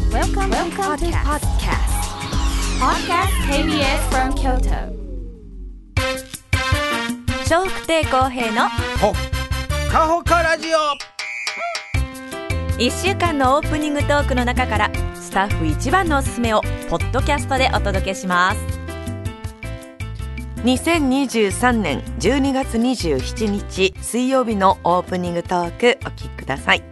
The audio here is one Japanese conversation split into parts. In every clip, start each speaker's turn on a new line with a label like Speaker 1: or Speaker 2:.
Speaker 1: Welcome, to podcast.
Speaker 2: Welcome to Podcast KBS from Kyoto.
Speaker 1: 笑福亭公平の
Speaker 3: ほっかほかラジオ
Speaker 1: 1週間のオープニングトークの中からスタッフ一番のおすすめをポッドキャストでお届けします
Speaker 4: 2023年12月27日水曜日のオープニングトークお聞きください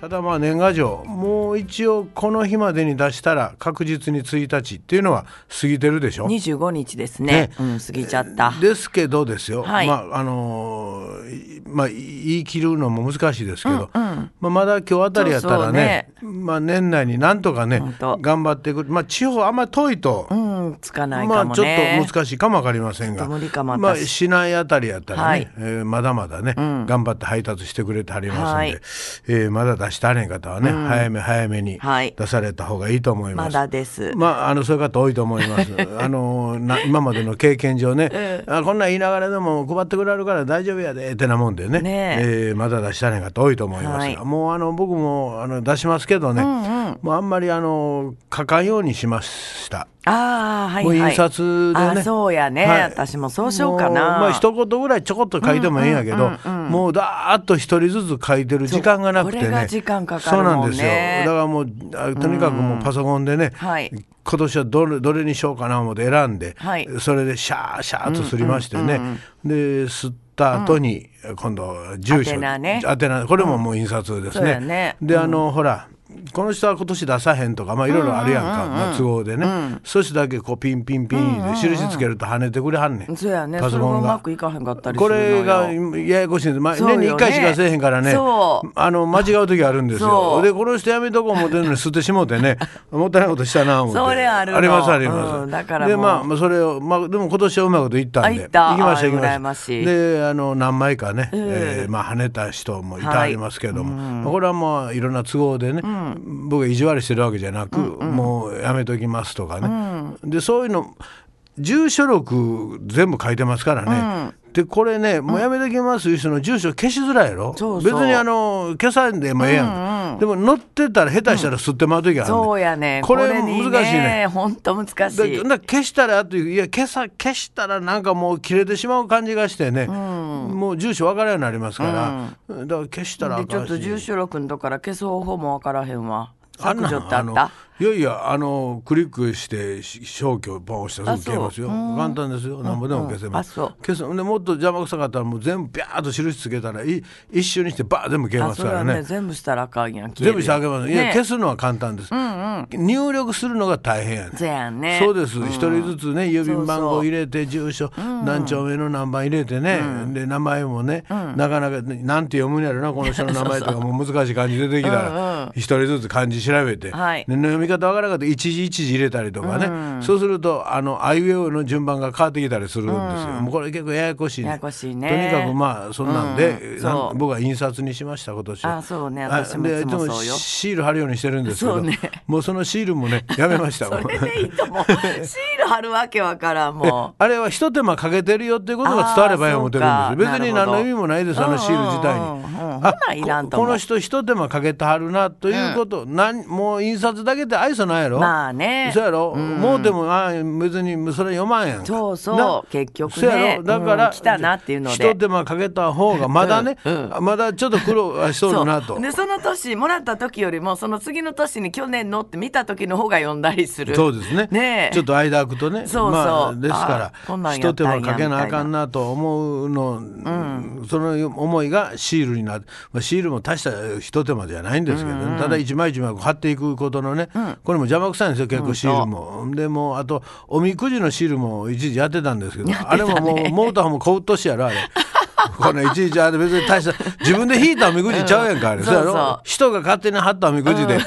Speaker 3: ただまあ年賀状もう一応この日までに出したら確実に1日っていうのは過ぎてるでしょ
Speaker 4: 25日ですね
Speaker 3: ね
Speaker 4: うん過ぎちゃった
Speaker 3: ですけどですよ、
Speaker 4: はい
Speaker 3: まああのーいまあ言い切るのも難しいですけど、まあ、まだ今日あたりやったらねまあ、年内になんとかね
Speaker 4: 本当
Speaker 3: 頑張ってくる、まあ、地方あんま遠いと、
Speaker 4: うんつかない
Speaker 3: ま
Speaker 4: か
Speaker 3: あ
Speaker 4: も
Speaker 3: ちょっ
Speaker 4: ね
Speaker 3: と難しいかもわかりませ
Speaker 4: ち
Speaker 3: ん
Speaker 4: ょ
Speaker 3: が
Speaker 4: っと無理かも私
Speaker 3: まあ、市内あたりやったらね、
Speaker 4: はい
Speaker 3: えーまだまだね、頑張って配達してくれてはりますんで、
Speaker 4: はい
Speaker 3: えーまだ出してあれん方はね、早め早めに
Speaker 4: はい
Speaker 3: 出された方がいいと思いま。
Speaker 4: ますだです
Speaker 3: まあ、あのそういう方多いと思い ます。あのな今までの経験上ね、あこんなん言いながらでも配ってくれるから大丈夫やでってなもんでね
Speaker 4: ね
Speaker 3: えーまだ出したない方多いと思いますが、
Speaker 4: は
Speaker 3: もうあの僕もあの出しますけどね、もうあんまりあの書かんようにしました。
Speaker 4: ああはい
Speaker 3: もう
Speaker 4: はい
Speaker 3: 印刷でね。
Speaker 4: あそうやね
Speaker 3: はい
Speaker 4: 私もそうしようか
Speaker 3: も
Speaker 4: な
Speaker 3: まあ一言ぐらいちょこっと書いてもいいんやけど、もうだーっと一人ずつ書いてる時間がなくてね。
Speaker 4: そうこれが時間かかるもんね
Speaker 3: そうなんですよ。だからもうあとにかくもうパソコンでね、
Speaker 4: はい
Speaker 3: 今年はどれどれにしようかな思って選んで、
Speaker 4: はい
Speaker 3: それでシャーシャーとすりましてね、で吸った後に今度住所
Speaker 4: 宛名ね
Speaker 3: 宛名これももう印刷です
Speaker 4: そう
Speaker 3: ね。
Speaker 4: やね
Speaker 3: であの、ほらこの人は今年出さへんとかまあいろいろあるやんか、まあ都合でね、そしてだけこうピンピンピンで印つけると跳ねてくれはんねん、
Speaker 4: そうやね
Speaker 3: パソコ
Speaker 4: それ
Speaker 3: ン
Speaker 4: がうま
Speaker 3: が
Speaker 4: くいかへんかったりす
Speaker 3: こ
Speaker 4: るのよ
Speaker 3: れがややこしいんです、まあ、
Speaker 4: そうよ
Speaker 3: 年
Speaker 4: ね
Speaker 3: に1回しかせえへんからね
Speaker 4: そう
Speaker 3: あの間違う時あるんです
Speaker 4: そ
Speaker 3: よ
Speaker 4: う
Speaker 3: でこの人やめとこう思ってるのに吸ってしもう てねもったいないことしたな思って
Speaker 4: それあるの
Speaker 3: ありますあります、
Speaker 4: うんだからもう
Speaker 3: でまあまあそれを、まあ、でも今年はうまいこといったんで
Speaker 4: あいった
Speaker 3: きました
Speaker 4: あ
Speaker 3: 行きました
Speaker 4: 羨ましい
Speaker 3: であの何枚かね、えーまあ、跳ねた人もいたりますけども、まあこれはまあいろんな都合でね、僕は意地悪してるわけじゃなく、もうやめときますとかね、でそういうの住所録全部書いてますからね、でこれねもうやめときますいう人の住所消しづらいやろ
Speaker 4: そうそう
Speaker 3: 別にあの消さんでもええやん、でも乗ってたら下手したら吸ってまう時がある、
Speaker 4: そうやね
Speaker 3: これ
Speaker 4: に
Speaker 3: 難しいね
Speaker 4: 本当難し
Speaker 3: だ
Speaker 4: い
Speaker 3: だ消したらといういや消さ消したらなんかもう切れてしまう感じがしてね、もう住所分からんようになりますから、だから消したらあ
Speaker 4: でち
Speaker 3: か
Speaker 4: ょ
Speaker 3: ん
Speaker 4: っ
Speaker 3: し
Speaker 4: と住所録のとこから消す方法もわからへんわ
Speaker 3: あん
Speaker 4: 削
Speaker 3: なん
Speaker 4: 除ってあっ
Speaker 3: の
Speaker 4: た
Speaker 3: いやいやあのクリックしてし消去ポン押したらすぐ消えますよ簡単ですよ何ぼでも消せます、
Speaker 4: うんうんあ
Speaker 3: 消すでもっと邪魔くさかったらもう全部ビャーっと印つけたらい一瞬にしてバーッ全部消え
Speaker 4: あ
Speaker 3: ます
Speaker 4: それ
Speaker 3: か
Speaker 4: は
Speaker 3: ら
Speaker 4: ね
Speaker 3: ね
Speaker 4: 全部したらあかんやん消え
Speaker 3: 全
Speaker 4: る
Speaker 3: 部してあげます、いや消すのは簡単です、入力するのが大変やね
Speaker 4: そうやんね
Speaker 3: そうです一、人ずつね郵便番
Speaker 4: そうそ
Speaker 3: 号
Speaker 4: う
Speaker 3: 入れて住所何丁目の何番入れてね、で名前もね、なかなかなんて読むんやろなこの人の名前と かもう難しい漢字出てきたら一人ずつ漢字調べて、
Speaker 4: はい
Speaker 3: で読み方わからなかったら一字一字入れたりとかね、そうするとあのあいうえおの順番が変わってきたりするんですよ、もうこれ結構ややこしい、
Speaker 4: ややこしいね
Speaker 3: とにかくまあそんなんで、
Speaker 4: うん
Speaker 3: なん
Speaker 4: そう
Speaker 3: 僕は印刷にしました今年は
Speaker 4: あそうね
Speaker 3: あ
Speaker 4: 私もい
Speaker 3: で
Speaker 4: つも
Speaker 3: で
Speaker 4: そうよ
Speaker 3: シール貼るようにしてるんですけ
Speaker 4: そ
Speaker 3: ど
Speaker 4: うね
Speaker 3: もうそのシールもねやめまし た
Speaker 4: それ
Speaker 3: もう
Speaker 4: でいいともうシール貼るわけわからんも
Speaker 3: あれはひと手間かけてるよっていうことが伝わればいい思ってる
Speaker 4: あー
Speaker 3: んです
Speaker 4: そうか
Speaker 3: 別に
Speaker 4: なるほ
Speaker 3: 何
Speaker 4: ど
Speaker 3: の意味もないですあのシール自体に、
Speaker 4: うんうんうんうんほ
Speaker 3: あ
Speaker 4: ないらんと
Speaker 3: こ
Speaker 4: 思う
Speaker 3: この人ひと手間かけてはるなということ、なんもう印刷だけで愛想ないやろ
Speaker 4: まあね
Speaker 3: そうやろ、もうでもあー別にそれ読まんやん
Speaker 4: う
Speaker 3: か
Speaker 4: そう
Speaker 3: な
Speaker 4: そう結局
Speaker 3: そうや
Speaker 4: ね
Speaker 3: ろだから、
Speaker 4: うん来たなっていうの
Speaker 3: ひ
Speaker 4: で
Speaker 3: と手間かけた方がまだね、まだちょっと苦労はしとるなと
Speaker 4: そうでその年もらった時よりもその次の年に去年のって見た時の方が読んだりする
Speaker 3: そうですね
Speaker 4: ねえ
Speaker 3: ちょっと間空くとね
Speaker 4: そうそう
Speaker 3: まあ、です
Speaker 4: あこんな
Speaker 3: から
Speaker 4: ん
Speaker 3: ひ
Speaker 4: やっ
Speaker 3: と手
Speaker 4: たんや
Speaker 3: 間かけなあかんなと思うの、その思いがシールになって、まあ、シールも大したひと手間じゃないんですけど、ねただ一枚一枚こう貼っていくことのね、これも邪魔くさいんですよ結構シールも。でもうあとおみくじのシールも一時やってたんですけど、あれももうもうた方もこうっとしや ろあれ。このいちいちあれ別に大した自分で引いたおみくじちゃうやんかあれ、
Speaker 4: うん
Speaker 3: そうやろ
Speaker 4: そうそう
Speaker 3: 人が勝手に貼ったおみくじで、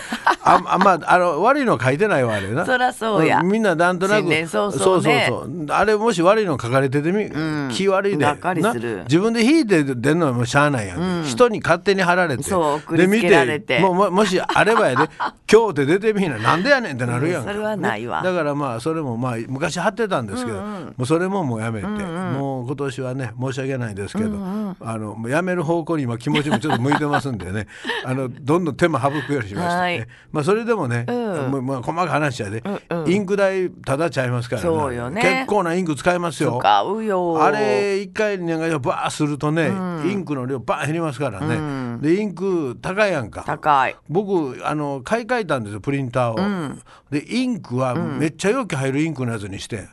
Speaker 3: ああまああの悪いのは書いてないわあれな
Speaker 4: そらそうや
Speaker 3: んみんななんとな
Speaker 4: 新
Speaker 3: く
Speaker 4: 年早々ね
Speaker 3: そうそうそうあれもし悪いの書かれててみ、気悪いで
Speaker 4: がっかりする
Speaker 3: な自分で引いて出るのはもうしゃあないやん、人に勝手に貼られて
Speaker 4: そう送りつけられて
Speaker 3: で見もうももしあればや で今日って出てみんななんでやねんってなるやんか、
Speaker 4: うんそれはないわ
Speaker 3: ねだからまあそれもまあ昔貼ってたんですけど、もうそれももうやめて、もう今年はね申し訳ないですけど、あ のもうやめる方向に今気持ちもちょっと向いてますんでねあのどんどん手間省くようにしましたね、
Speaker 4: はい
Speaker 3: まあ、それでもね、
Speaker 4: うん
Speaker 3: まあまあ、細かい話やで、
Speaker 4: うんうん
Speaker 3: インク代ただちゃいますからね
Speaker 4: そうよね
Speaker 3: 結構なインク使いますよ。
Speaker 4: 使うよ
Speaker 3: あれ一回年賀状バーするとね、インクの量バー減りますからね、でインク高いやんか
Speaker 4: 高い
Speaker 3: 僕あの買い替えたんですよプリンターを、でインクはめっちゃ容器入るインクのやつにして、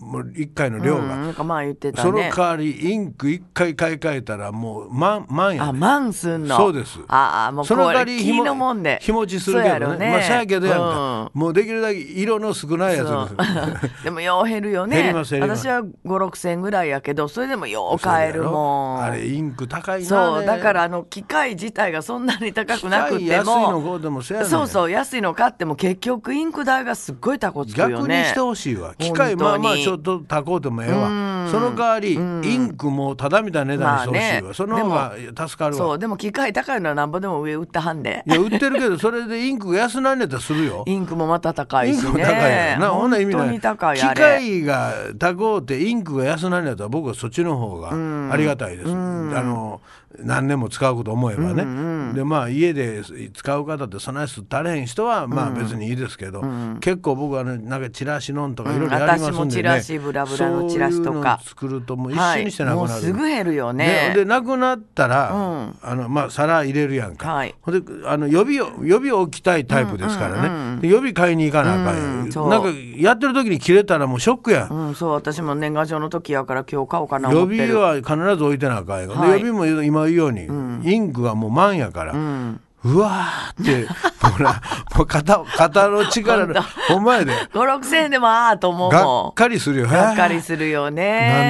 Speaker 3: もう一回の量
Speaker 4: うん
Speaker 3: が、
Speaker 4: なんかまあ言ってた
Speaker 3: その
Speaker 4: ね
Speaker 3: 代わりインク一回買い替えたらもう万万や
Speaker 4: あ
Speaker 3: ね
Speaker 4: マンすんの
Speaker 3: そうです
Speaker 4: ああもう
Speaker 3: その
Speaker 4: こ
Speaker 3: 代わ
Speaker 4: れ
Speaker 3: り
Speaker 4: 木のもんで
Speaker 3: 日持ちする
Speaker 4: そう
Speaker 3: け
Speaker 4: や
Speaker 3: ど
Speaker 4: ろ
Speaker 3: ねまあしゃあけどやんか、もうできるだけ色の少ないやつ
Speaker 4: そう
Speaker 3: で す
Speaker 4: でもよう減るよね
Speaker 3: 減ります減ります
Speaker 4: 私は56千ぐらいやけどそれでもよう買えるもん
Speaker 3: あれインク高いな
Speaker 4: そう
Speaker 3: あれ
Speaker 4: だからあの機械自体がそんなに高くなく
Speaker 3: 機械
Speaker 4: て
Speaker 3: 安いの
Speaker 4: も
Speaker 3: こうでもせやねん
Speaker 4: そうそう安いの買っても結局インク代がすっごいタコつく
Speaker 3: 逆
Speaker 4: よ
Speaker 3: に
Speaker 4: ね
Speaker 3: してほしいわ機械
Speaker 4: 本当に
Speaker 3: まあまあちょっと炊こうでもええわその代わりインクもただみたいな値段にしてほしいわ、
Speaker 4: まあね
Speaker 3: その方が助かる
Speaker 4: そ
Speaker 3: わ
Speaker 4: うでも機械高いのはなんぼでも上売ったはんで
Speaker 3: いや売ってるけどそれでインクが安なんねたらするよ
Speaker 4: インクもまた高い
Speaker 3: イ
Speaker 4: し
Speaker 3: ン
Speaker 4: ね
Speaker 3: クも高いやろなほんなら意味
Speaker 4: 本当
Speaker 3: な
Speaker 4: に
Speaker 3: い
Speaker 4: 高い
Speaker 3: 機
Speaker 4: あれ
Speaker 3: 械が高うてインクが安なんねたら僕はそっちの方がありがたいです、あの何年も使うこと思えばね、でまあ家で使う方ってそないす足れへん人はまあ別にいいですけど、結構僕はねなんかチラシのんとかいろいろやりますんで、ね
Speaker 4: うん私もチラシブラブラのチラシとか
Speaker 3: そういうの作るともう一瞬にしてなくなる、
Speaker 4: はい、もうすぐ減るよ
Speaker 3: ね
Speaker 4: ね
Speaker 3: でなくなったら、
Speaker 4: うん
Speaker 3: あのまあ、皿入れるやんか、
Speaker 4: はい
Speaker 3: ほんであの予備を予備を置きたいタイプですからね、で予備買いに行かなあかんやん、
Speaker 4: うんそう
Speaker 3: なんかやってる時に切れたらもうショックやん、
Speaker 4: うん、そう私も年賀状の時やから今日買おうかな
Speaker 3: 予
Speaker 4: 思って
Speaker 3: 備
Speaker 4: る
Speaker 3: は必ず置いてなあかんやん、
Speaker 4: はい
Speaker 3: で予備も今言うように、インクがもう満やから、うわーって ほらもう肩肩 の力のほんまやで
Speaker 4: 56千円でもああと思う
Speaker 3: が
Speaker 4: も
Speaker 3: っかりするよ
Speaker 4: んがっかり
Speaker 3: る
Speaker 4: するよ
Speaker 3: なんで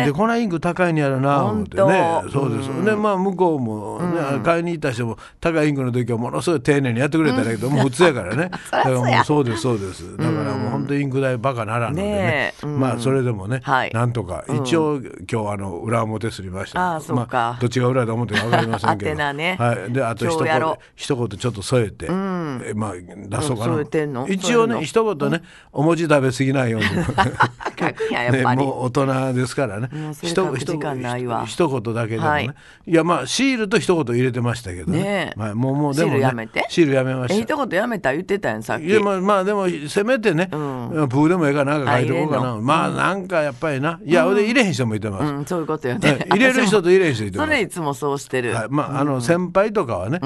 Speaker 4: ね
Speaker 3: こんなインク高いんやろな思ってね
Speaker 4: 本当
Speaker 3: そうですねまあ向こうも、ね買いに行った人も高いインクの時はものすごい丁寧にやってくれたんだけど、もう普通やから ねだからもうそうですそうですだからもう本当インク代バカならんのでね
Speaker 4: ねえうん
Speaker 3: まあそれでもね、
Speaker 4: はい
Speaker 3: なんとか一応今日あの裏表すりました
Speaker 4: ああそうか
Speaker 3: まあ、どっちが裏だ思って分かりませんけど
Speaker 4: 宛名ね
Speaker 3: はい、であと一
Speaker 4: 今日やろ
Speaker 3: 言
Speaker 4: う
Speaker 3: 一言ちょっと添えて、えまあ出そうか
Speaker 4: うん
Speaker 3: な
Speaker 4: 添えてんの
Speaker 3: 一応
Speaker 4: 添えんの
Speaker 3: ね一言ねお餅食べ過ぎないよう に。
Speaker 4: 書くんややっ
Speaker 3: ね、
Speaker 4: ぱり、
Speaker 3: もう大人ですからね
Speaker 4: もうそれ
Speaker 3: ひと
Speaker 4: 書く時間ないわ
Speaker 3: ひと一言だけでもね、
Speaker 4: はい
Speaker 3: い、やまあシールと一言入れてましたけどね
Speaker 4: ねえ
Speaker 3: まあ、もうもうでも、
Speaker 4: シー
Speaker 3: ね、
Speaker 4: ルやめて
Speaker 3: シールやめま
Speaker 4: え
Speaker 3: し
Speaker 4: 一
Speaker 3: た
Speaker 4: 言やめた言ってたやんさっき
Speaker 3: いやまあ、まあでもせめてね、プーでもええからなんか書いておこうか
Speaker 4: あ
Speaker 3: なまあなんかやっぱりないや、で入れへん人もいてます、
Speaker 4: うん、そういうことよ
Speaker 3: はい
Speaker 4: ね
Speaker 3: 入れる人と入れへん人いて
Speaker 4: そ
Speaker 3: ます
Speaker 4: れいつもそうしてる、
Speaker 3: はい、まあ、あの先輩とかはね、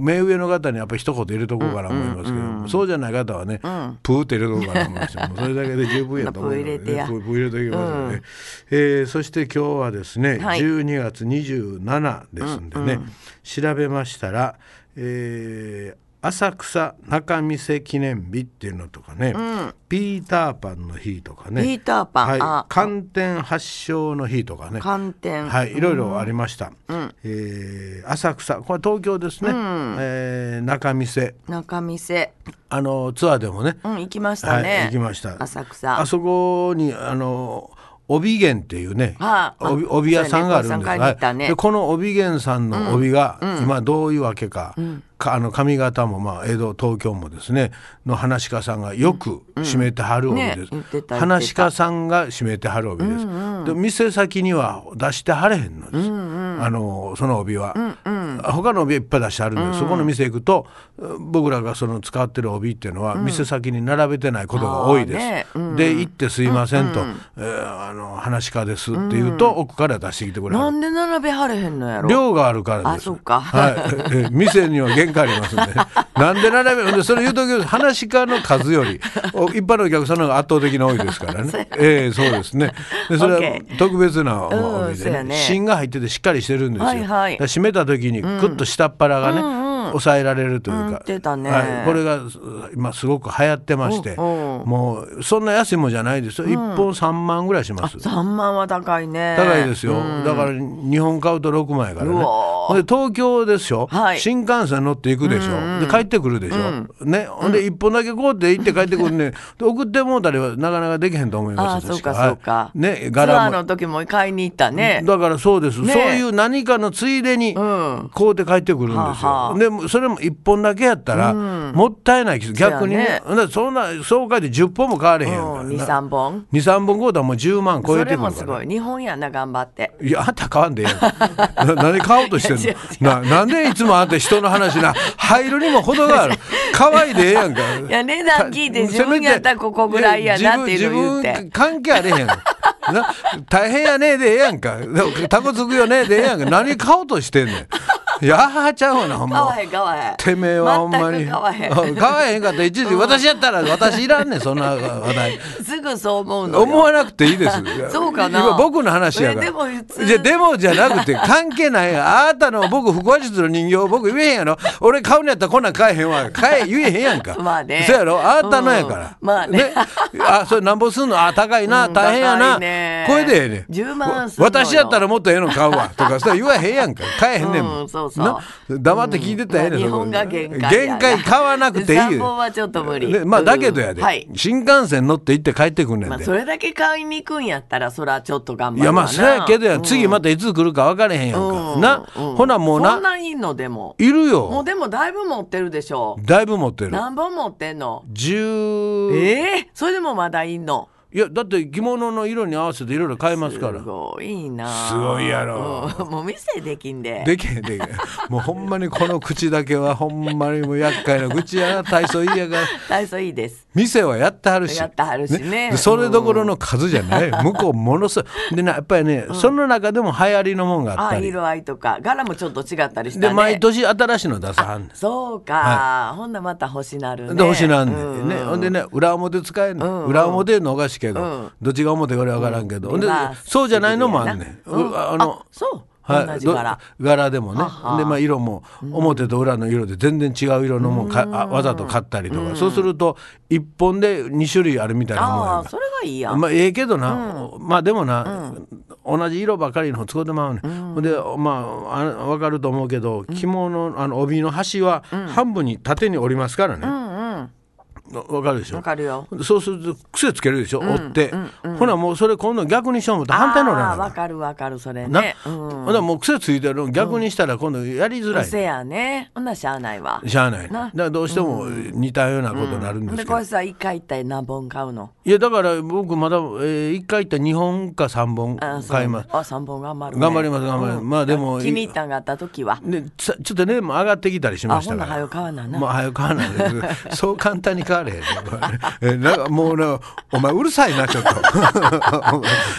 Speaker 3: 目上の方にやっぱり一言入れとこうかなと思いますけど、そうじゃない方はね、プーって入れとこうかなと思いましたもうそれだけで十分やと 思いま
Speaker 4: プー
Speaker 3: すね
Speaker 4: 入れてや
Speaker 3: プープー入れときますよね、えーそして今日はですね、
Speaker 4: はい
Speaker 3: 12月27ですんでね、調べましたら、えー浅草仲見世記念日っていうのとかね、ピーターパンの日とかね
Speaker 4: ピーターパンあ
Speaker 3: はい、寒天発祥の日とかね
Speaker 4: 寒天
Speaker 3: はい、いろいろありました。えー浅草、これは東京ですね。えー中見世、
Speaker 4: 中見世
Speaker 3: あのツアーでもね。
Speaker 4: うん行きましたね、
Speaker 3: はい、行きました。
Speaker 4: 浅草
Speaker 3: あそこに、あの。帯源っていうね、
Speaker 4: はいあ
Speaker 3: 帯帯屋さんがあるんで
Speaker 4: そうやね小屋さ
Speaker 3: す、
Speaker 4: ん買いに行ったね
Speaker 3: はいでこの帯源さんの帯が、今どういうわけか,、かあの髪型も、まあ、江戸東京もですねの話し家さんがよく締めてはる帯
Speaker 4: ね
Speaker 3: です、
Speaker 4: 言ってた
Speaker 3: 話し家さんが締めてはる帯です、で店先には出してはれへんのです、あのその帯は、他の帯はいっぱい出してはるんで、そこの店行くと僕らがその使ってる帯っていうのは店先に並べてないことが多いです、
Speaker 4: あーねう
Speaker 3: で行ってすいませんと、えーあの話し家ですって言うと、奥から出してきてくれ
Speaker 4: な
Speaker 3: る
Speaker 4: んで並べはれへんのやろ
Speaker 3: 量があるからです。
Speaker 4: あそうか
Speaker 3: はい。ええ店には限界あります んで。なんで並べるんで、それ言うとき、話し家の数より、お一般のお客さんの方が圧倒的に多いで すからね。ええそうですね。で、それは
Speaker 4: OK
Speaker 3: 特別なまあお
Speaker 4: うん
Speaker 3: 店
Speaker 4: そう
Speaker 3: で
Speaker 4: や
Speaker 3: ね、
Speaker 4: ね
Speaker 3: 芯が入っててしっかりしてるんですよ。
Speaker 4: はいはい
Speaker 3: だから閉めたときに、くっと下っ腹がね、抑えられるというか。
Speaker 4: うん出たね
Speaker 3: はい。これが、す今すごく流行ってまして、
Speaker 4: おう
Speaker 3: もう、そんな安いもんじゃないですよ。一本三万ぐらいします。
Speaker 4: 3万は高いね
Speaker 3: 高いですよ、だから日本買うと6万やからね
Speaker 4: うわー
Speaker 3: ほんで東京ですよ、
Speaker 4: はい
Speaker 3: 新幹線乗って行くでしょ、で帰ってくるでしょ、ねほんで1本だけこうって行って帰ってくる ねで送ってもうたりはなかなかできへんと思い
Speaker 4: あ
Speaker 3: ま
Speaker 4: あ
Speaker 3: す
Speaker 4: そうか
Speaker 3: 確はい
Speaker 4: そうか、
Speaker 3: ね
Speaker 4: ツアー
Speaker 3: 柄
Speaker 4: の
Speaker 3: も
Speaker 4: 時も買いに行ったね
Speaker 3: だからそうです、
Speaker 4: ね
Speaker 3: そういう何かのついでに
Speaker 4: ん
Speaker 3: こうって帰ってくるんですよ、
Speaker 4: はあはあ
Speaker 3: でもそれも1本だけやったら、もったいないです逆にね
Speaker 4: そ
Speaker 3: ほんでそんなそうかって10本も買われへんやんからな、
Speaker 4: 23本
Speaker 3: 23本買うたらもう10万超え
Speaker 4: それ
Speaker 3: てくるから
Speaker 4: もすごい日本やな頑張って
Speaker 3: いや、あんた買わんでええやん。な何買おうとしてんんのななんでいつもあんた人の話な入るにも程がある可愛いでええやんか
Speaker 4: いや値段聞い て自分やったらここぐらいやなっていうの言って
Speaker 3: 自分関係あれへんな大変やねえでええやんかタコつくよねえでええやんか何買おうとしてんねんいやはちゃうなほん
Speaker 4: か
Speaker 3: ま
Speaker 4: わへんかわへん
Speaker 3: てめえはほんまに
Speaker 4: 全くかわへん
Speaker 3: あ買わへんかった一時、私やったら私いらんねんそんな話題
Speaker 4: すぐそう思うのよ
Speaker 3: 思わなくていいです
Speaker 4: そうかな
Speaker 3: 今僕の話やから
Speaker 4: えでも普通
Speaker 3: じゃでもじゃなくて関係ないやんあなたの僕腹話術の人形 僕言えへんやろ俺買うのやったらこんなん買えへんわ買え言えへんやん か
Speaker 4: まあね
Speaker 3: そうやろあなたのやから、
Speaker 4: うんまあね
Speaker 3: あそれなんぼすんのあ高いな、
Speaker 4: うん
Speaker 3: 大変や
Speaker 4: 高
Speaker 3: ない
Speaker 4: ね
Speaker 3: これでええねん
Speaker 4: 10万すんのよ
Speaker 3: 私やったらもっとええの買うわとかそれ言わへんやんか買えへんねんもん、
Speaker 4: うんそうそう
Speaker 3: な黙って聞いてたらええねん、
Speaker 4: 日
Speaker 3: そこ
Speaker 4: 本が限界やな
Speaker 3: 限界買わな くていい
Speaker 4: 散
Speaker 3: よ
Speaker 4: 歩はちょっと無理
Speaker 3: ねまあだけどやで、
Speaker 4: うんはい
Speaker 3: 新幹線乗って行って帰ってくんねんで、
Speaker 4: まあ、それだけ買いに行くんやったらそらちょっと頑張るわない
Speaker 3: やまあそやけどや、次またいつ来るか分かれへんやんか、な、ほなもう
Speaker 4: そん
Speaker 3: な
Speaker 4: なんいいのでも
Speaker 3: いる
Speaker 4: もう
Speaker 3: よ
Speaker 4: でもだいぶ持ってるでしょ
Speaker 3: だいぶ持ってる
Speaker 4: 何本持ってんの
Speaker 3: 10
Speaker 4: ええそれでもまだいいの
Speaker 3: いやだって着物の色に合わせていろいろ変えますから
Speaker 4: すごいな
Speaker 3: すごいやろ
Speaker 4: うんもう店できんで
Speaker 3: でけへん でけへんもうほんまにこの口だけはほんまにもう厄介な口やな体操いいやが
Speaker 4: 体操いいです
Speaker 3: 店はやってはるし
Speaker 4: やってはるしね
Speaker 3: でそれどころの数じゃない、向こうものすごいでなやっぱりね、その中でも流行りのもんがあっ
Speaker 4: あ
Speaker 3: たり
Speaker 4: 色合いとか柄もちょっと違ったりしたね
Speaker 3: で毎年新しいの出さはんねん
Speaker 4: そうか、ほんならまた星なるね
Speaker 3: で星なんね
Speaker 4: うん
Speaker 3: ね、ほんでね裏表使えんねん、裏表いうのおかしいけど、どっちが表か俺分からんけど、ほんで、
Speaker 4: まあ
Speaker 3: そうじゃないのもあんねん、
Speaker 4: そういう
Speaker 3: う
Speaker 4: ことやな
Speaker 3: あ
Speaker 4: うん
Speaker 3: の
Speaker 4: あそう
Speaker 3: はい
Speaker 4: 同じ
Speaker 3: ど
Speaker 4: 柄
Speaker 3: 柄でもね
Speaker 4: あは
Speaker 3: で、まあ、色も表と裏の色で全然違う色のもんかあわざと買ったりとかそうすると1本で2種類あるみたいなもんや
Speaker 4: あ
Speaker 3: ん
Speaker 4: あ
Speaker 3: か
Speaker 4: それがいいやん、
Speaker 3: まあええけどな、まあでもな、同じ色ばかりの使うてまうね、ん、でまああ分かると思うけど着物のあの帯の端は半分に縦に折りますからね、わ分かるでしょ
Speaker 4: わかるよ
Speaker 3: そうすると癖つけるでしょ、折って、ほなもうそれ今度逆にしようもって反対の折ら
Speaker 4: あ
Speaker 3: な
Speaker 4: あ
Speaker 3: あ
Speaker 4: わか
Speaker 3: かん
Speaker 4: るわかるそれ
Speaker 3: な、
Speaker 4: ねうん
Speaker 3: ほなもう癖ついてるの逆にしたら今度やりづらい、
Speaker 4: せやねほんならしゃあないわ
Speaker 3: しゃあない
Speaker 4: な
Speaker 3: だからどうしても似たようなことになるんです
Speaker 4: で
Speaker 3: けど、
Speaker 4: これさ一回一体何本買うの
Speaker 3: いやだから僕まだ、え1回行ったら2本か3本
Speaker 4: あそう
Speaker 3: 買います
Speaker 4: あ三本頑張る、ね、
Speaker 3: 頑張ります頑張りますまあでも
Speaker 4: 気に入ったんがあった時は
Speaker 3: ね、さちょっとねもう上がってきたりしま
Speaker 4: あ
Speaker 3: し
Speaker 4: ほ
Speaker 3: た
Speaker 4: ん
Speaker 3: か
Speaker 4: なら早
Speaker 3: ら
Speaker 4: う買わなな、
Speaker 3: もう早く買わないで そう簡単に買われへんね これえなんかもうなお前うるさいなちょ っと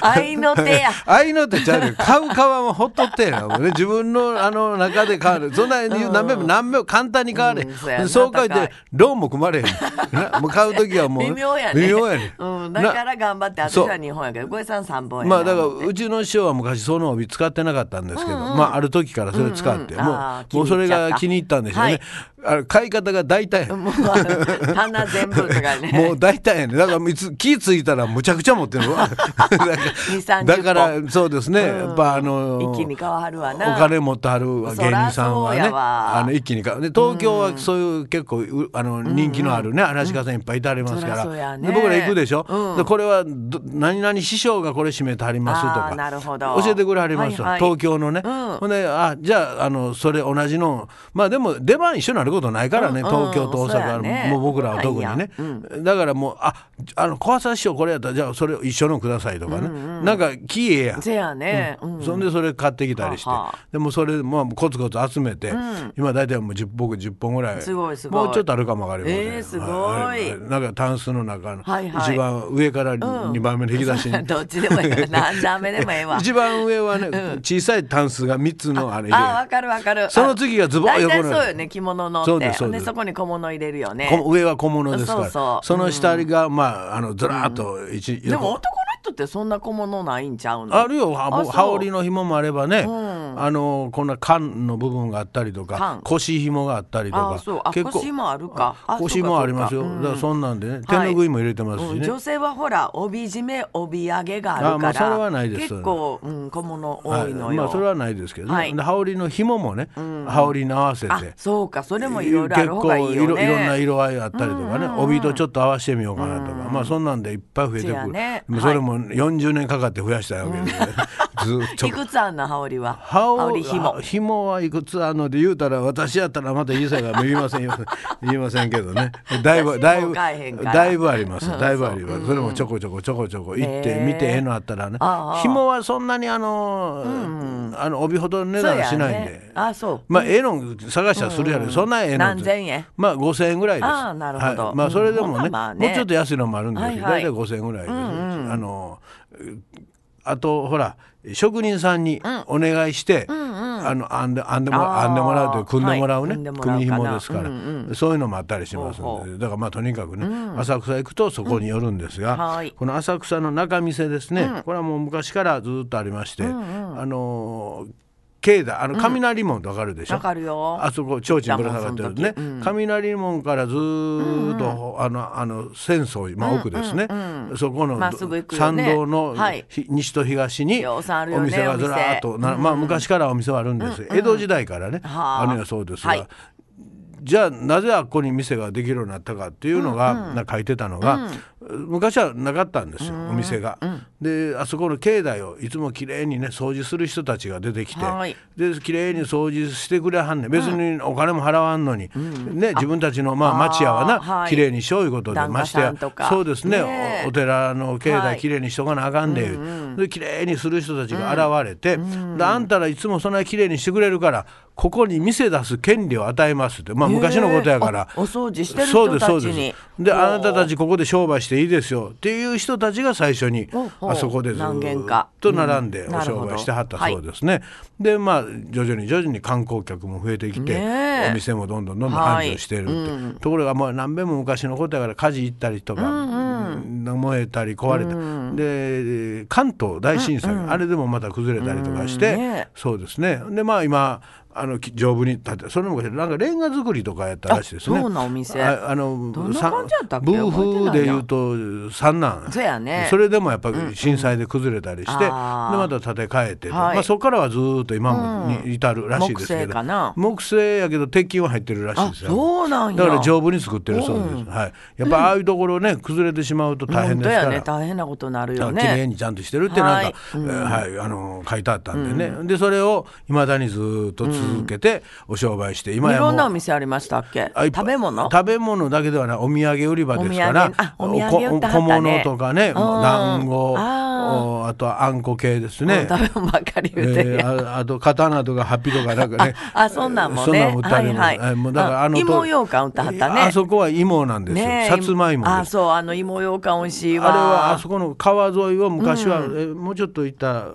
Speaker 4: 愛の手 や
Speaker 3: 愛の手ちゃうねん買う買わんはほっとってえなもうね自分のあの中で買われそんなに何べも何べも簡単に買われへん、
Speaker 4: うんそうやな
Speaker 3: そう書いて
Speaker 4: 高い
Speaker 3: ローンも組まれへんなもう買う時はもう
Speaker 4: 微妙やね
Speaker 3: 微妙やね
Speaker 4: うん、
Speaker 3: な
Speaker 4: だから頑張って私は日本やけど小江さん三本やな
Speaker 3: まあだからうちの師匠は昔その帯使ってなかったんですけど、まあある時からそれ使って、
Speaker 4: うんうん
Speaker 3: もう
Speaker 4: あー
Speaker 3: もうそれが
Speaker 4: 気
Speaker 3: 気
Speaker 4: に入
Speaker 3: に入
Speaker 4: っ
Speaker 3: っ
Speaker 4: ちゃった
Speaker 3: たんでしょうね、あれ買い方が大体、
Speaker 4: もう あの棚全部とかね
Speaker 3: もう大体やねだからいつ気付いたらむちゃくちゃ持って るわだから
Speaker 4: 30
Speaker 3: だからそうですね、やっぱあの
Speaker 4: 一気に買わはるわ
Speaker 3: お
Speaker 4: な
Speaker 3: 金持ってはるわ
Speaker 4: そら
Speaker 3: 芸人さんはね
Speaker 4: そうやわ
Speaker 3: あの一気に買うで東京はそういう結構うあの人気のあるね話し家さんいっぱいいてはりますか
Speaker 4: そら
Speaker 3: ら、
Speaker 4: そうやね
Speaker 3: で僕ら行くでしょ、
Speaker 4: うん
Speaker 3: でこれはど何々師匠がこれ締めてはりますと
Speaker 4: あー
Speaker 3: か
Speaker 4: なるほど
Speaker 3: 教えてくれはりますわ、
Speaker 4: はいはい
Speaker 3: 東京のね、
Speaker 4: うん
Speaker 3: ほんであじゃああのそれ同じのまあでも出番一緒になることないからね、
Speaker 4: うん
Speaker 3: 東京と大
Speaker 4: そう
Speaker 3: 阪
Speaker 4: や
Speaker 3: の、
Speaker 4: ね
Speaker 3: もう僕らは特に
Speaker 4: まあい
Speaker 3: ね
Speaker 4: い、やうん
Speaker 3: だからもうああの小朝師匠これやったらじゃあそれ一緒のくださいとかね、なんか木ええやん
Speaker 4: せやね、うん
Speaker 3: そんでそれ買ってきたりして、
Speaker 4: はあはあ
Speaker 3: でもそれまあコツコツ集めて、今大体もう10僕10本ぐらい
Speaker 4: すごいすごい
Speaker 3: もうちょっとあるかもわかりません、
Speaker 4: えーすごい
Speaker 3: はなんかタンスの中の
Speaker 4: はいはい
Speaker 3: 一番上から2番目の引き出しに、
Speaker 4: どっちでもええわ 何ダメでもええわ
Speaker 3: 一番上はね、小さいタンスが3つのあれ入れ
Speaker 4: あわかるわかる
Speaker 3: その次がズボン
Speaker 4: 大体
Speaker 3: 横の
Speaker 4: そうよね着物のって
Speaker 3: そうですそうです
Speaker 4: そこに小物入れるよね
Speaker 3: こ上は小物ですから
Speaker 4: そうそう
Speaker 3: の下が、まああのずらーっと一、
Speaker 4: でも
Speaker 3: 横
Speaker 4: 男の人ってそんな小物ないんちゃうの
Speaker 3: あるよは
Speaker 4: あ
Speaker 3: もう
Speaker 4: そう
Speaker 3: 羽織の紐もあればね、
Speaker 4: ん
Speaker 3: あのこんな缶の部分があったりとか
Speaker 4: 缶
Speaker 3: 腰紐があったりと
Speaker 4: あ
Speaker 3: か
Speaker 4: そうあ腰もあるかあそうかそ
Speaker 3: 腰
Speaker 4: う
Speaker 3: も
Speaker 4: か
Speaker 3: ありますよ、
Speaker 4: うん
Speaker 3: だからそんなんでね手
Speaker 4: はい
Speaker 3: ぬぐいも入れてますし
Speaker 4: うん
Speaker 3: ね、
Speaker 4: 女性はほら帯締め帯揚げがある
Speaker 3: あ
Speaker 4: か
Speaker 3: ま
Speaker 4: ら
Speaker 3: あそれはないです
Speaker 4: 結構、うん、小物多
Speaker 3: はいい
Speaker 4: のよ、
Speaker 3: まあそれはないですけどね、
Speaker 4: はい
Speaker 3: で羽織の紐もね、羽織に合わせ
Speaker 4: あ
Speaker 3: て
Speaker 4: そうかそれもいろいろあ
Speaker 3: 結
Speaker 4: る方
Speaker 3: 構
Speaker 4: がいい
Speaker 3: い
Speaker 4: よ
Speaker 3: ろ
Speaker 4: ね
Speaker 3: いろんな色合いあったりとかね、帯とちょっと合わせてみようかなとか、まあそんなんでいっぱい増えて
Speaker 4: そ
Speaker 3: く
Speaker 4: うや
Speaker 3: る、
Speaker 4: ね
Speaker 3: でもそれももう40年かかって増やしたわけ ですねずっと
Speaker 4: いくつあんの羽織は
Speaker 3: 羽
Speaker 4: 羽織
Speaker 3: 織
Speaker 4: 紐
Speaker 3: あ紐はいくつあるので言うたら私やったらまた言いそうやから言いませ んよ言いませんけどねだいぶだいぶ
Speaker 4: 買えへんから
Speaker 3: だいぶありますだいぶありますそれもちょこちょこちょこちょこ行っ
Speaker 4: へ
Speaker 3: て
Speaker 4: え
Speaker 3: 見てええのあったらね
Speaker 4: ああ
Speaker 3: 紐はそんなにあのあの帯ほどの値段はしないん
Speaker 4: そうやね
Speaker 3: で
Speaker 4: あそう
Speaker 3: まあええの探したらするやろそんなええの
Speaker 4: 何千円
Speaker 3: まあ5000円ぐらいです
Speaker 4: ああなるほど
Speaker 3: はいまあそれでも
Speaker 4: う
Speaker 3: ね
Speaker 4: んまあね
Speaker 3: もうちょっと安いのもあるんですけど
Speaker 4: はいはい
Speaker 3: 大体5000円ぐらいですあのあとほら職人さんにお願いして、あの編んで編んでも
Speaker 4: あー
Speaker 3: 編んでもらうという組んでもらうね、
Speaker 4: はい組んでもらうかな
Speaker 3: 組紐ですから、そういうのもあったりします
Speaker 4: ほう
Speaker 3: の
Speaker 4: ほ
Speaker 3: でだからまあとにかくね、浅草行くとそこによるんですが、
Speaker 4: うんはい
Speaker 3: この浅草の仲見世ですね、これはもう昔からずっとありまして、あのー境内あの雷門ってわかるでしょ、
Speaker 4: わかるよ
Speaker 3: あそこ提灯ぶら下がってるね、雷門からずーっと、あのあの浅草寺、まあ、奥ですね、そこの
Speaker 4: まっすぐ行くよ
Speaker 3: 参
Speaker 4: ね
Speaker 3: 道の、
Speaker 4: はい
Speaker 3: ひ西と東に
Speaker 4: ようさんあるよ
Speaker 3: お
Speaker 4: ね
Speaker 3: 店がずらーっと、なまあ昔からお店はあるんです、江戸時代からね、
Speaker 4: はあ
Speaker 3: あるのやそうですが、
Speaker 4: はい
Speaker 3: じゃあなぜあっこに店ができるようになったかっていうのが、な書いてたのが、昔はなかったんですよ、お店が。であそこの境内をいつもきれいにね掃除する人たちが出てきて、
Speaker 4: はい
Speaker 3: できれいに掃除してくれはんねん別にお金も払わんのに、ね、自分たちの、まあ、町や
Speaker 4: あー
Speaker 3: は
Speaker 4: は
Speaker 3: ないきれいにしよういうことで
Speaker 4: 旦那
Speaker 3: まして
Speaker 4: さ
Speaker 3: や
Speaker 4: んとか
Speaker 3: そうですね
Speaker 4: ねえ
Speaker 3: おお寺の境
Speaker 4: はい
Speaker 3: 内きれいにしとかなあかんで,、できれいにする人たちが現れて、であんたらいつもそんなきれいにしてくれるからここに店出す権利を与えますって、まあ、昔のことやから。
Speaker 4: お掃除してる
Speaker 3: そ
Speaker 4: 人
Speaker 3: うですそ
Speaker 4: た
Speaker 3: う
Speaker 4: ちに
Speaker 3: ですであなたた
Speaker 4: ち
Speaker 3: ちここで商売していいですよっていう人たちが最初に
Speaker 4: ほうほう
Speaker 3: あそこでず
Speaker 4: 何軒
Speaker 3: ー
Speaker 4: か
Speaker 3: っと並んで
Speaker 4: うんなる
Speaker 3: お
Speaker 4: ほど
Speaker 3: 商売してはったそうですね、でまあ徐々に徐々に観光客も増えてきて、
Speaker 4: ねえ
Speaker 3: お店もどんどんどんどん
Speaker 4: は
Speaker 3: 繁
Speaker 4: い
Speaker 3: 盛してるって、ところがまあ何べんも昔のことやから火事行ったりとか、燃えたり壊れた、で関東大震災、あれでもまた崩れたりとかして、
Speaker 4: うんね
Speaker 3: そうですねでまあ今あのき丈夫に建てそれもなんかレンガ作りとかやったらしいですね
Speaker 4: あそうなんお店
Speaker 3: ああの
Speaker 4: どんな感じやったっけ
Speaker 3: さん
Speaker 4: 覚えてないな
Speaker 3: 夫婦でいうと三男
Speaker 4: そうやね
Speaker 3: それでもやっぱり震災で崩れたりして、
Speaker 4: うん
Speaker 3: で
Speaker 4: あー
Speaker 3: また建て替えてと、
Speaker 4: はい
Speaker 3: まあ、そこからはずーっと今もに至るらしいですけど、
Speaker 4: 木製かな
Speaker 3: 木製やけど鉄筋は入ってるらしい
Speaker 4: あ
Speaker 3: ですよ
Speaker 4: そうなんや
Speaker 3: だから丈夫に作ってるそうです、
Speaker 4: うん
Speaker 3: はい、やっぱああいうところね崩れてしまうと大変ですか
Speaker 4: 本当
Speaker 3: ら、
Speaker 4: やね大変なことになる
Speaker 3: だ
Speaker 4: よ
Speaker 3: から綺麗
Speaker 4: ね
Speaker 3: にちゃんとしてるってなんか、
Speaker 4: はい
Speaker 3: えーはいあの書いてあったんでね、でそれをいまだにずーっと続けてお商売して、今
Speaker 4: い
Speaker 3: やも
Speaker 4: ろ
Speaker 3: うん
Speaker 4: なお店ありましたっけ
Speaker 3: あいっぱい
Speaker 4: 食べ物
Speaker 3: 食べ物だけではないお土産売り場ですから
Speaker 4: お土産あお土産売ってはった
Speaker 3: 小
Speaker 4: ね
Speaker 3: 物とかね
Speaker 4: ん
Speaker 3: 団子
Speaker 4: あー
Speaker 3: おあとはあんこ系ですね、
Speaker 4: 食べ物ばっかり
Speaker 3: え
Speaker 4: 言うてるやん
Speaker 3: ーああと刀とかハッピとかなんかね
Speaker 4: あそんなんもね
Speaker 3: そんなんも売ってはります
Speaker 4: はいはい
Speaker 3: えーもうだからあのと
Speaker 4: 芋羊羹売ってはったね
Speaker 3: あそこは芋なんですよ、
Speaker 4: ねえ
Speaker 3: さつまいも
Speaker 4: あ
Speaker 3: です
Speaker 4: そうあの芋ようかん美味しいわ
Speaker 3: あれはあそこの川沿いを昔は、えもうちょっと行ったら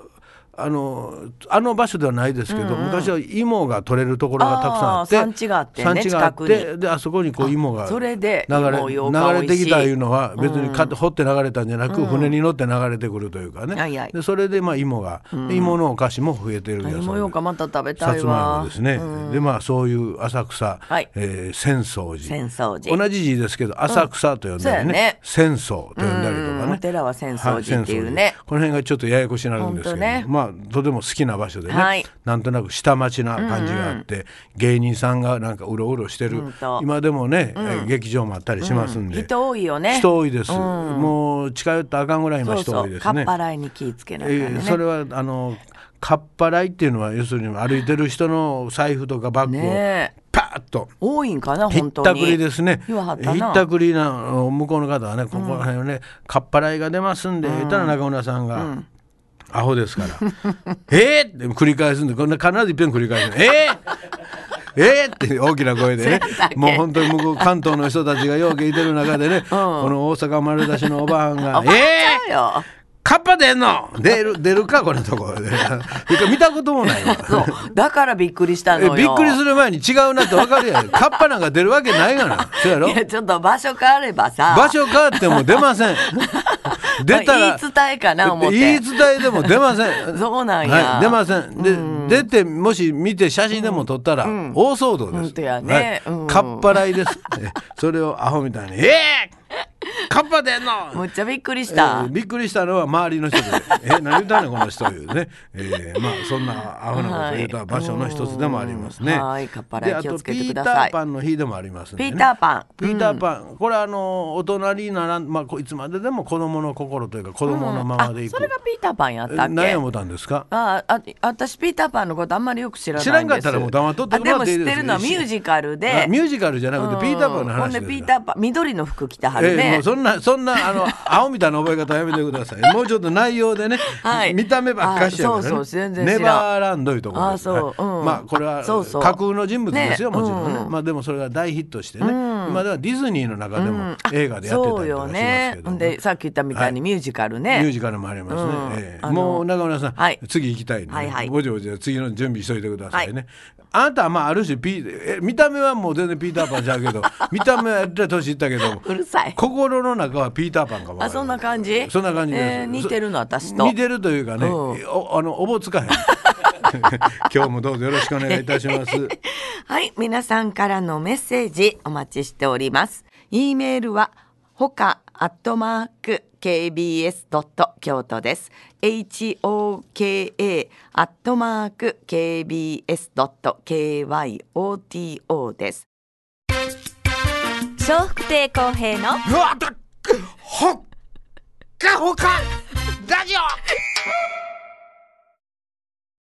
Speaker 3: あのあの場所ではないですけど、昔は芋が取れるところがたくさんあって
Speaker 4: あー産地があってね
Speaker 3: 産地があ
Speaker 4: 近
Speaker 3: っ
Speaker 4: く
Speaker 3: てであそこにこう芋が
Speaker 4: それで
Speaker 3: 流
Speaker 4: 芋
Speaker 3: れ
Speaker 4: ようかん
Speaker 3: 流れてきた
Speaker 4: 美味しい
Speaker 3: いうのは別にか掘って流れたんじゃなく、船に乗って流れてくるというかね、
Speaker 4: はいはい
Speaker 3: でそれでまあ芋が、で芋のお菓子も増えてるんです
Speaker 4: 芋ようかんまた食べた
Speaker 3: さ
Speaker 4: い
Speaker 3: つまい
Speaker 4: わ
Speaker 3: もですね、でまあそういう浅草、
Speaker 4: はい
Speaker 3: えー浅草寺
Speaker 4: 浅草寺
Speaker 3: 同じ字ですけど浅草と呼んだり
Speaker 4: そうや
Speaker 3: ね,、
Speaker 4: ね
Speaker 3: 浅草と呼んだりとか
Speaker 4: うん
Speaker 3: ね
Speaker 4: お寺は浅草寺っていうね
Speaker 3: は浅草寺この辺がちょっとややこしになるんですけど、
Speaker 4: 本当ね
Speaker 3: まあとても好きな場所でね、
Speaker 4: はい
Speaker 3: なんとなく下町な感じがあって、芸人さんがなんかうろうろしてる、
Speaker 4: 本当
Speaker 3: 今でもね、えー劇場もあったりしますんで、
Speaker 4: 人多いよね
Speaker 3: 人多いです、もう近寄ったらあかんぐらい今
Speaker 4: そう
Speaker 3: 人
Speaker 4: そ
Speaker 3: 多いうですね
Speaker 4: かっぱらいに気ぃつけなきゃ
Speaker 3: え
Speaker 4: ね
Speaker 3: ーそれはあのかっぱらいっていうのは要するに歩いてる人の財布とかバッグを
Speaker 4: ねえ
Speaker 3: パーッと
Speaker 4: 多いんかな
Speaker 3: ひ
Speaker 4: 本
Speaker 3: っ
Speaker 4: 当
Speaker 3: た
Speaker 4: に
Speaker 3: くりですねひ
Speaker 4: 言わはったな
Speaker 3: ったくりなあの向こうの方はねここら辺をね、かっぱらいが出ますんで、言ったら中村さんが。アホですから 「えーって繰り返すんでこんな必ず一遍繰り返すの「えーえーって大きな声でねもう本当に向こう関東の人たちがよう聞いてる中でね、この大阪丸出しのおばはんが「えー
Speaker 4: だよ
Speaker 3: カッパ出んの出る出るかこのとこ見たこともないわ
Speaker 4: そうだからびっくりしたの
Speaker 3: え
Speaker 4: よ
Speaker 3: びっくりする前に違うなって分かるやんカッパなんか出るわけないがなそうやろ
Speaker 4: いやちょっと場所変わればさ
Speaker 3: 場所変わっても出 ません出たら
Speaker 4: 言い伝えかな思って
Speaker 3: 言い伝えでも出ません
Speaker 4: そうなんや
Speaker 3: はい、出ませんで、出てもし見て写真でも撮ったら大騒動です、
Speaker 4: 本当やね
Speaker 3: はい
Speaker 4: うん
Speaker 3: かっぱらいですえそれをアホみたいに「ええーカッパ出んの
Speaker 4: むっちゃびっくりし
Speaker 3: え
Speaker 4: た
Speaker 3: ー。びっくりしたのは周りの人で「え何言うたんねんこの人」いうね、えーまあそんなアホなこと言うた場所の一つでもありますね。
Speaker 4: はいうんはいかっぱら
Speaker 3: であ
Speaker 4: 気を
Speaker 3: と
Speaker 4: つけて
Speaker 3: ピ
Speaker 4: く
Speaker 3: ー
Speaker 4: だ
Speaker 3: タ
Speaker 4: さい
Speaker 3: ーパンの日でもありますんで、ね、
Speaker 4: ピーターパン
Speaker 3: ピーターパン、これあのお隣にならん、まあ、こいつまででも子供の心というか子供のま
Speaker 4: あ
Speaker 3: までいく、
Speaker 4: それがピーターパンやったっ
Speaker 3: え何
Speaker 4: け
Speaker 3: や思ったんですか
Speaker 4: あああ私ピーターパンのことあんまりよく知らないんです
Speaker 3: 知らんかったらもう黙っとって
Speaker 4: あ
Speaker 3: も
Speaker 4: で
Speaker 3: らっ
Speaker 4: も
Speaker 3: てい
Speaker 4: 知
Speaker 3: い
Speaker 4: っ
Speaker 3: です
Speaker 4: てるのはミュージカル
Speaker 3: あ
Speaker 4: で
Speaker 3: ミュージカルじゃなくてピーターパンの
Speaker 4: うんほん
Speaker 3: 話
Speaker 4: で
Speaker 3: です
Speaker 4: ピーターパン緑の服着てはる
Speaker 3: ええも
Speaker 4: ね
Speaker 3: うそんなそんな あの青みたいな覚え方やめてくださいもうちょっと内容でね、
Speaker 4: はい
Speaker 3: 見た目ばっかしやから、ね、
Speaker 4: あそうそう全然知らん
Speaker 3: ネバーランドいうところです、
Speaker 4: あそううん
Speaker 3: まあこれは
Speaker 4: あそうそう
Speaker 3: 架空の人物ですよ、
Speaker 4: ね
Speaker 3: もちろんね、
Speaker 4: うん
Speaker 3: まあでもそれが大ヒットしてね、今ではディズニーの中でも
Speaker 4: あ
Speaker 3: 映画でやってた
Speaker 4: そう
Speaker 3: りとか
Speaker 4: よ
Speaker 3: しますけ
Speaker 4: ねほ
Speaker 3: ど、
Speaker 4: んでさっき言ったみたいにミュージカルね、
Speaker 3: ミュージカルもありますね、
Speaker 4: うん
Speaker 3: ええ
Speaker 4: あの
Speaker 3: もう中村さん、
Speaker 4: はい
Speaker 3: 次行きたいんで、ね
Speaker 4: はいはい
Speaker 3: ぼちぼち次の準備しといてくださいね、あなたはまあある種ピーえ見た目はもう全然ピーターパンじゃう けど見た目はやった年いったけど
Speaker 4: うるさい
Speaker 3: 心の中はピーターパンかもわから
Speaker 4: あそんな感じ
Speaker 3: そんな感じです、
Speaker 4: えー似てるの私と
Speaker 3: 似てるというかね、
Speaker 4: うん
Speaker 3: おあのおぼつか へん 今日もどうぞよろしくお願いいたします
Speaker 4: はい、皆さんからのメッセージお待ちしております。e メールはほかアットマーク kbs ドット京都です。h o k a アットマーク kbs ドット k y o t o です。
Speaker 1: 笑福亭公平の
Speaker 3: うわだっほっかほかラジオ